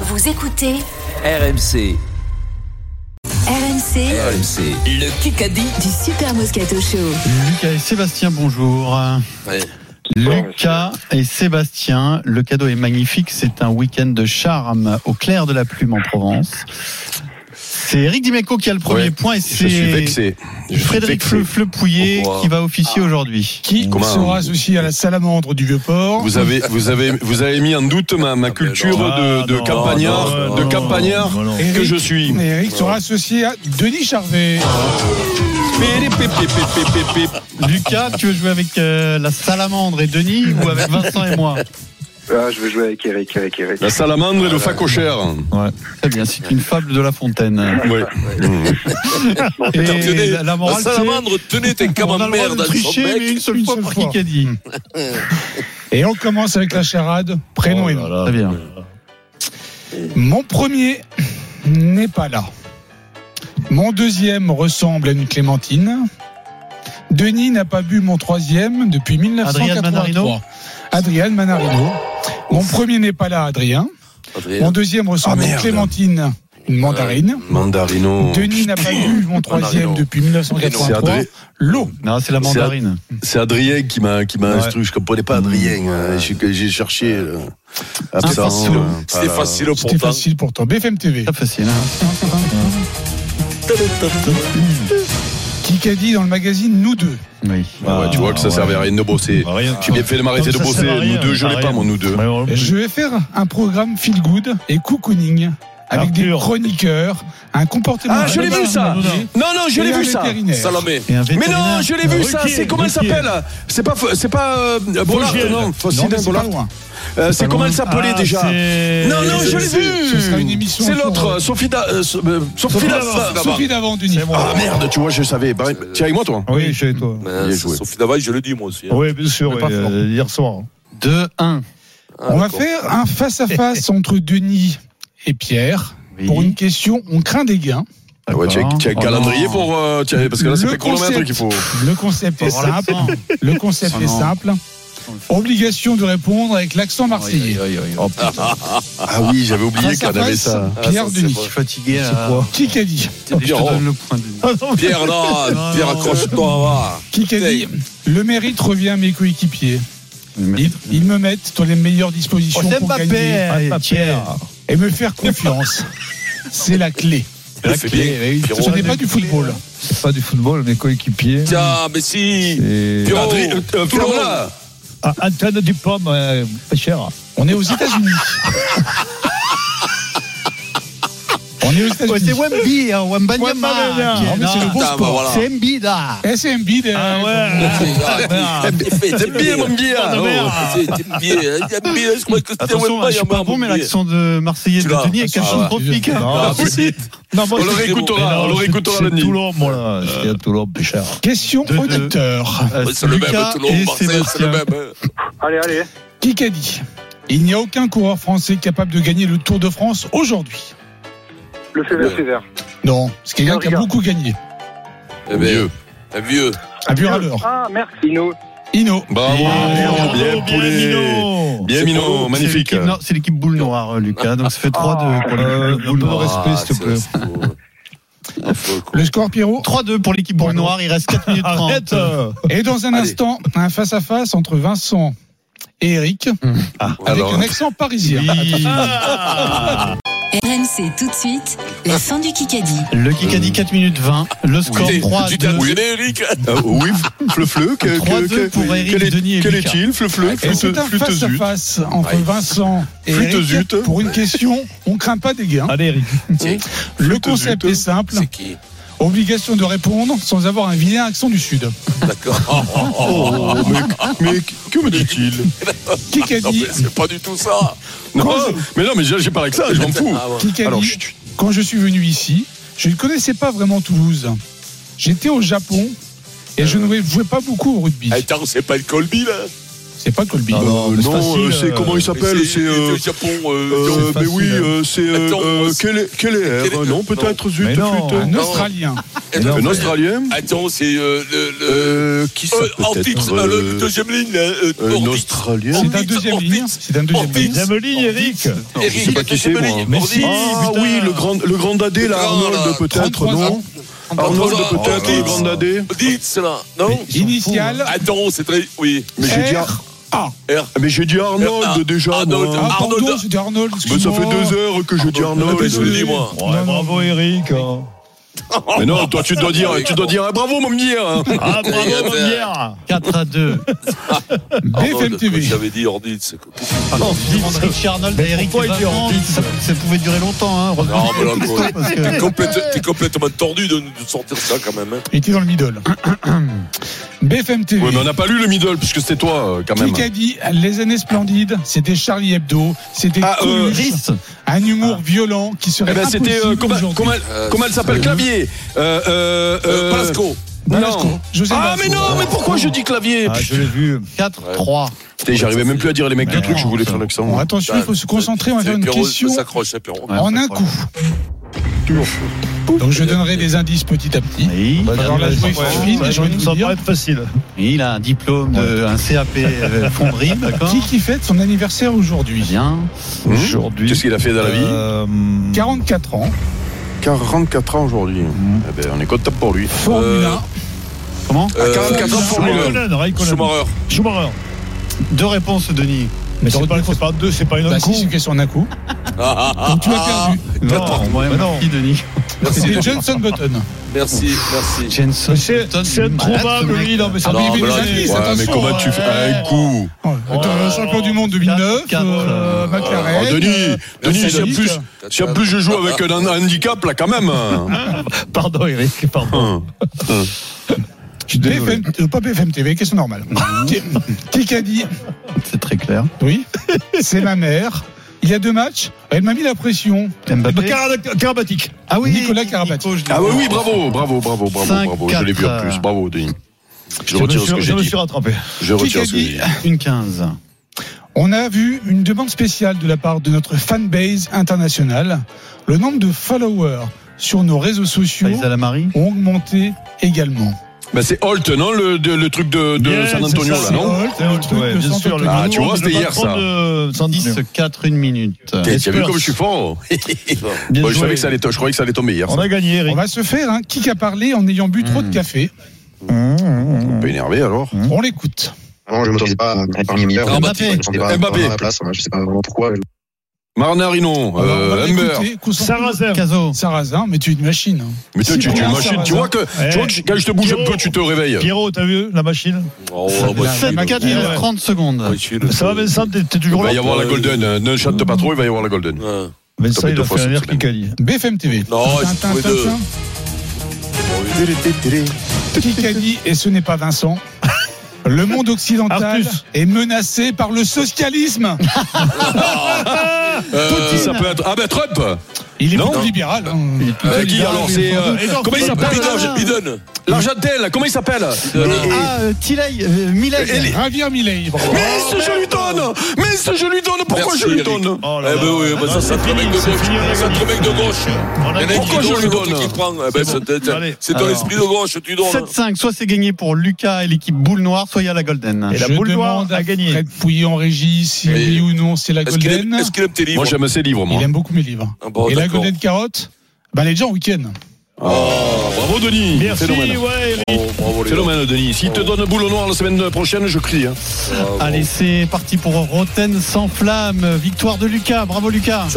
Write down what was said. Vous écoutez RMC, RMC RMC, le Kikadi. du Super Moscato Show. Lucas et Sébastien, bonjour. Lucas et Sébastien, le cadeau est magnifique. C'est un week-end de charme au clair de la plume en Provence. C'est Eric Dimeco qui a le premier Ouais, point et Je suis c'est vexé. Je suis Frédéric vexé. Ah. Fleu- Fleupouillet Pourquoi qui va officier aujourd'hui. qui Comment sera associé à la salamandre du Vieux-Port. Vous avez, vous avez, vous avez mis en doute ma, ma culture Ah, de, de non, campagnard, non, non, de non, campagnard non, non. que je suis. Et Eric sera associé à Denis Charvet. Lucas, tu veux jouer avec euh, la salamandre et Denis ou avec Vincent et moi Ah, je vais jouer avec Eric, avec Eric. La salamandre et Euh, le facochère. Très bien, c'est une fable de La Fontaine. Ouais. Et tenez, la, la morale, c'est tenez tes on a le droit de tricher, mais une seule Une fois seule par fois. Kikadi. Et on commence avec la charade, prénom Oh et nom. Très bien. Mon premier n'est pas là. Mon deuxième ressemble à une clémentine. Denis n'a pas bu mon troisième depuis 1983. Adrien Manarino Adrien Manarino. Oh. Mon premier n'est pas là, Adrien. Mon deuxième ressemble à une merde. clémentine, une mandarine. Mandarino. Denis n'a pas bu mon troisième depuis C'est 1983. Adrien. L'eau. Non, c'est la C'est mandarine. C'est Adrien qui m'a, qui m'a Ouais. instruit. Je comprenais pas Adrien. euh, je- que J'ai cherché. euh, C'était absent, facile. euh, C'était voilà. facile C'était pourtant. facile pourtant. BFM TV. Très facile. hein. Qui a dit dans le magazine Nous deux Oui. Ah. Ah ouais, tu vois que ça servait à rien de bosser. J'ai bien fait de m'arrêter de bosser. Nous deux, je l'ai pas, mon nous deux. Je vais faire un programme feel good et cocooning avec des chroniqueurs, un comportement. Ah, je l'ai vu ça Non, non, je Et l'ai un vu ça vétérinaire. Salomé Et un Mais vétérinaire. non, je l'ai vu ça Ruquier, C'est comment elle Ruquier. s'appelle C'est pas, c'est pas euh, Bollard, non Faustine c'est Bollard. pas loin. Euh, C'est comment elle s'appelait Ah, déjà Non, non, je l'ai Ce sera une vu émission C'est sur- l'autre, Sophie Da- euh, so- euh, Sophie Davant. Sophie d'avant, Denis. Ah, Ah merde, tu vois, je savais. Bah, T'es avec moi, toi Oui, chez toi. Bien joué. Hein, Sophie Davant, je le dis moi Oh, aussi. hein. Oui, bien sûr, Mais pas oui, fort. euh, hier soir. 2-1. Ah, On va d'accord. faire un face-à-face entre Denis et Pierre. Pour une question, on craint des gains. Ah Ouais, tu as, tu as le Oh calendrier non. pour. euh, tu as- parce que là, c'est Le le chronomètre concept. qu'il faut. Le concept Oh, est simple. Le concept Oh est non. simple. Obligation de répondre avec l'accent marseillais. Oh putain, Ah oui, j'avais oublié Face qu'on à avait face, ça. Pierre Ah, ça, c'est Denis. je suis fatigué. C'est Euh, là. quoi Qui a dit Je te Oh. donne le point. Denis. Ah, Pierre, non, Non, Pierre, non. accroche-toi, va. Qui a dit Le mérite revient à mes coéquipiers. Ils, ils me mettent dans les meilleures dispositions Oh, c'est pour Mbappé, gagner eh, Pierre. et me faire confiance. C'est la clé. Il fait bien, Pierrot. Ce n'est pas du football. C'est pas du football, on est coéquipiers. Tiens, mais si Et... Pierrot, Adrien, euh, Pierrot. euh, Pierrot. Ah, Antoine Dupont, euh, pas cher. On est aux États-Unis. On est aux Ouais, États-Unis. c'est Wemby, hein, Wembanyama. Wembanyama. Pierre. Ah, mais c'est le beau Putain, bah sport. voilà. C'est Mby, là. SMB. Ah ouais. Ah, T'aimes bien, mon gars de merde. Oh, c'est- T'aimes bien T'aimes bien Je crois que c'était Attention, Wemba, là, hein, je suis Yama, pas bon, mon mais gars. l'accent de Marseillais de Tu l'as. Denis est Ah, catastrophique. hein. Non, Ah, c'est- oui. Non, moi, On le c'est- réécoutera, Mais non, on le c'est- réécoutera C'est lundi. Toulon, moi, là. C'était à Toulon, pas cher. Question Deux, deux. auditeur. Euh, Ouais, C'est le même, Lucas tout le et monde, Marseille, c'est le Sébastien. même. hein. Allez, allez. Qui a dit Il n'y a aucun coureur français capable de gagner le Tour de France aujourd'hui. Le feu vert, Ouais. feu vert. Non, c'est quelqu'un Non, qui a regarde. beaucoup gagné. Eh ben, Vieux. Un vieux. Un bureau à l'heure. Ah, merci. Ino. Ino. Bravo, Ah, bien bravo, poulet. Mino. Bien Mino, C'est magnifique. l'équipe- non, C'est l'équipe boule noire, euh, Lucas. Donc ça fait 3-2 pour Euh, l'équipe Un boule peu de noire. Ah, respect, s'il te plaît. Le score Pierrot 3-2 pour l'équipe boule noire. Il reste 4 minutes 30. Arrête euh, Et dans un instant, un face-à-face entre Vincent et Eric avec Alors, un accent parisien. RMC tout de suite, la fin du Kikadi. Le Kikadi 4 minutes 20. Le Tu score t'es- tu t'es 3-2. entraîné, Eric euh, oui, fleu-fleu. que- que- 3-2 que- pour Eric, Quel Denis et est- quel Lucas. est-il, fleu-fleu Et c'est flûte- un flûte-zut. face-à-face entre Ouais. Vincent et Flûte Eric zut. pour une question on craint pas des Ah, gains. Allez, Eric. Tiens, Le concept zut. est simple C'est qui obligation de répondre sans avoir un vilain accent du Sud. D'accord. Oh, oh, oh. Oh, mec, mais que me dit-il Qui a Non, dit mais c'est pas du tout ça. Non, mais non, mais j'ai j'ai parlé que ça, je m'en fous. Ah, ouais. Qui a Alors, dit, chut, chut. quand je suis venu ici, je ne connaissais pas vraiment Toulouse. J'étais au Japon et je ne jouais pas beaucoup au rugby. Ah, Attends, c'est pas le Colby, là C'est pas Colby. Non, non, mais c'est Ah, Non, facile, euh, c'est euh, comment il s'appelle C'est. il était euh, au Japon. euh, euh, mais facile, oui, hein. euh, c'est. euh, Attends, euh, euh, Quel est- quel est quel R est- Non, peut-être. zut, Mais zut, non. euh, Un Australien. attends, Un Australien Attends, c'est euh, le. le... Euh, Qui ça Euh, Ortiz, peut-être euh, Euh, le deuxième ligne, là, euh, Un Ortiz. Australien C'est un Orbit, deuxième Orbit. ligne. C'est un deuxième Orbit. ligne. Deuxième ligne, Eric. Je sais pas qui c'est, moi. Mais si, Ah putain. oui, le grand, le grand AD, là, grand, là, Arnold, peut-être, 33 non ans. Arnold, ans. peut-être, Oh, le grand AD Dites cela, non Initial. Attends, c'est très. Oui. Mais j'ai dit, Ar- R. A. mais j'ai dit Arnold, Ah, déjà, Arnold, moi. Ah, Arnold. pardon, c'était Arnold. Mais ça excuse-moi. fait deux heures que je dis Arnold. désolé, moi. Ouais, bravo, Eric. hein. Mais Oh. non, toi, tu dois dire, tu dois dire, ah, bravo, mon mien hein. Ah, bravo, Regarde, mon euh, Pierre. 4 à 2. BFM TV. J'avais dit Ordiz. Richard Arnold Mais et Eric pourquoi il dit Vincent, Ortiz ça, ça pouvait durer longtemps. Hein, Ah, Non, mais là, quoi, parce que- t'es complète- t'es complètement tordu de, de sortir ça quand même. hein. Il était dans le middle. BFM TV. Ouais, mais on n'a pas lu le middle, puisque c'était toi, euh, quand même. Qui a dit les années splendides, c'était Charlie Hebdo, c'était Ah, euh, Coluche, Rist. un humour violent qui serait Eh ben, c'était, euh, impossible comment, aujourd'hui. comment, comment elle s'appelle Clavier. Euh, euh, Euh, euh, Palasco. Non. Balasco, José Ah, mais Balasco. non, mais pourquoi je dis clavier Ah, je l'ai vu. 4 3. Putain, j'arrivais même plus à dire les mecs Mais le truc, non, je voulais ça. faire Bon, l'accent. attention, il faut se concentrer, on va C'est faire une Pierrot, question ça s'accroche, hein, Pierrot. en un coup. Donc je donnerai des indices petit à petit. Oui. Bah, Alors, la jouer fine, je vais vous Ça dire. va être facile. Il a un diplôme, de, un CAP euh, fonderie, Ah. d'accord Qui qui fête son anniversaire aujourd'hui Bien. Hmm Aujourd'hui. Qu'est-ce qu'il a fait dans la vie Euh, 44 ans, 44 ans aujourd'hui. Mm. Eh ben, on est content pour lui. Formule Euh, 1, Comment Euh, 44 ans, Formule un. Raikkonen, Raikkonen. Schumacher. Schumacher. Deux réponses, Denis. Mais Dans c'est pas, le- c'est pas deux, c'est pas une bah autre si course. c'est une question d'un coup. Ah, ah, Donc tu as perdu. Quatre Non, ouais, Mais Bah, non. merci, Denis. C'était Merci, Johnson Button. merci, merci. Jenson. Mais c'est- C'est introuvable, lui. Non, mais ça Ah, Non, mais il mais met là, des tu- indices, Ouais, mais attention. hein. comment tu fais Eh, un coup Ouais, attends, Euh, champion du monde 2009, Quatre, euh, quatre. McLaren. Ah, Denis, euh, Denis, si en Sadik. plus, si en plus je joue avec un un handicap, là, quand même. Pardon, Eric, pardon. Hein. BFM, euh, pas BFM TV, question normale. Qui- Qui a dit C'est très clair. Oui, c'est ma mère. Il y a deux matchs, elle m'a mis la pression. Euh, Mbappé. Carabatique. Ah Nicolas Karabatic. Nico, je l'ai Ah oui, vu. oui, bravo, bravo, bravo, bravo, Cinq, bravo. Je l'ai vu en quatre, plus. euh, Bravo, Denis. Je Je me retire suis- ce que je j'ai me dit. suis rattrapé. Je retire ce que j'ai Kikadi. dit. Une 15. On a vu une demande spéciale de la part de notre fanbase internationale. Le nombre de followers sur nos réseaux sociaux Faïs Alamari. ont augmenté également. Bah, c'est Holt, non, le, de- le truc de, de Yeah, San c'est Antonio, ça, là, c'est non Holt, C'est le Holt, truc ouais, de bien San sûr, le Antonio. Ah, tu vois, c'était le hier, patron ça. de 110. 4, une minute. T'as t'as vu Spurs. comme je suis fort Bien Bon, je, joué. savais que ça allait, to- je croyais que ça allait tomber hein. hier. On Ça a gagné, On Eric. va se faire, hein, qui a parlé en ayant bu Mmh. trop de café m'a un peu énervé alors. Mm. On l'écoute. Non, je ne m'autorise pas à parmi les meilleurs. Mbappé. Je ne me sentais pas Mbappé. vraiment à ma place. hein, Je ne sais pas vraiment pourquoi. Ah, Marnarino, bah, On euh, va Humbert. l'écouter, concentre-toi. Sarrazin. Caso. Sarrazin, mais tu es une machine. hein. Mais toi, tu, tu Cyprien machines, tu Sarrazin. vois que, Eh. tu vois que je- quand je te bouge un Pierrot. peu, tu te réveilles. Pierrot, t'as vu la machine Oh, bah, la- 7, 4, il Ouais. reste 30 Ah, secondes. Ça va, Vincent T'es t'es Il toujours va là y avoir la Golden. hein. D'un chat de patrouille, il va y avoir la Golden. Ouais. Vincent, Tapé il deux a fois fait un cette air semaine. Kikali. BFM TV. Non, j'ai Tintin, trouvé deux. Tintin. Qui a dit, et ce n'est pas Vincent, le monde occidental Artus. est menacé par le socialisme. Euh, ça peut être. Ah ben Trump Il est Non. plutôt libéral. hein. Euh, Qui alors C'est. euh, comment il s'appelle Bidon, putain, Ah, j'ai- Bidon. Ah, je- L'Argentin, là, comment il s'appelle Ah, euh, Tilay, euh, Milay. Javier Milei. bravo. Mais ce je lui donne Mais ce je lui donne Pourquoi Merci, je lui Eric. donne Oh Eh là là. ben ah, oui, ben ça, C'est ça te fini, mec de c'est fini, on a gauche. Ça gagné. te mec de gauche. On a Il y en a gagné. qui Pourquoi je donne, lui l'autre donne qui prend. Eh ben, c'est- Allez. c'est- C'est Ah. ton Alors. esprit de gauche, tu donnes. 7-5, soit c'est gagné pour Lucas et l'équipe boule noire, soit il y a la golden. Et la Je boule noire demande a à gagné. Fred Pouillet en régie si Mais- oui ou non c'est la Est-ce qu'il aime Golden. est-ce qu'il aime tes livres Moi, j'aime ses livres, moi. Il aime beaucoup mes livres. Ah bon, et la d'accord. Golden Carotte bah, Elle est déjà en week-end. Ah, bravo, Denis Merci, Phénomène. ouais, Eric. Oh, bravo, les gars. Phénomène, Denis. S'il te donne boule noire la semaine prochaine, je crie. hein. Bravo. Allez, c'est parti pour Roten sans flamme. Victoire de Lucas. Bravo Lucas.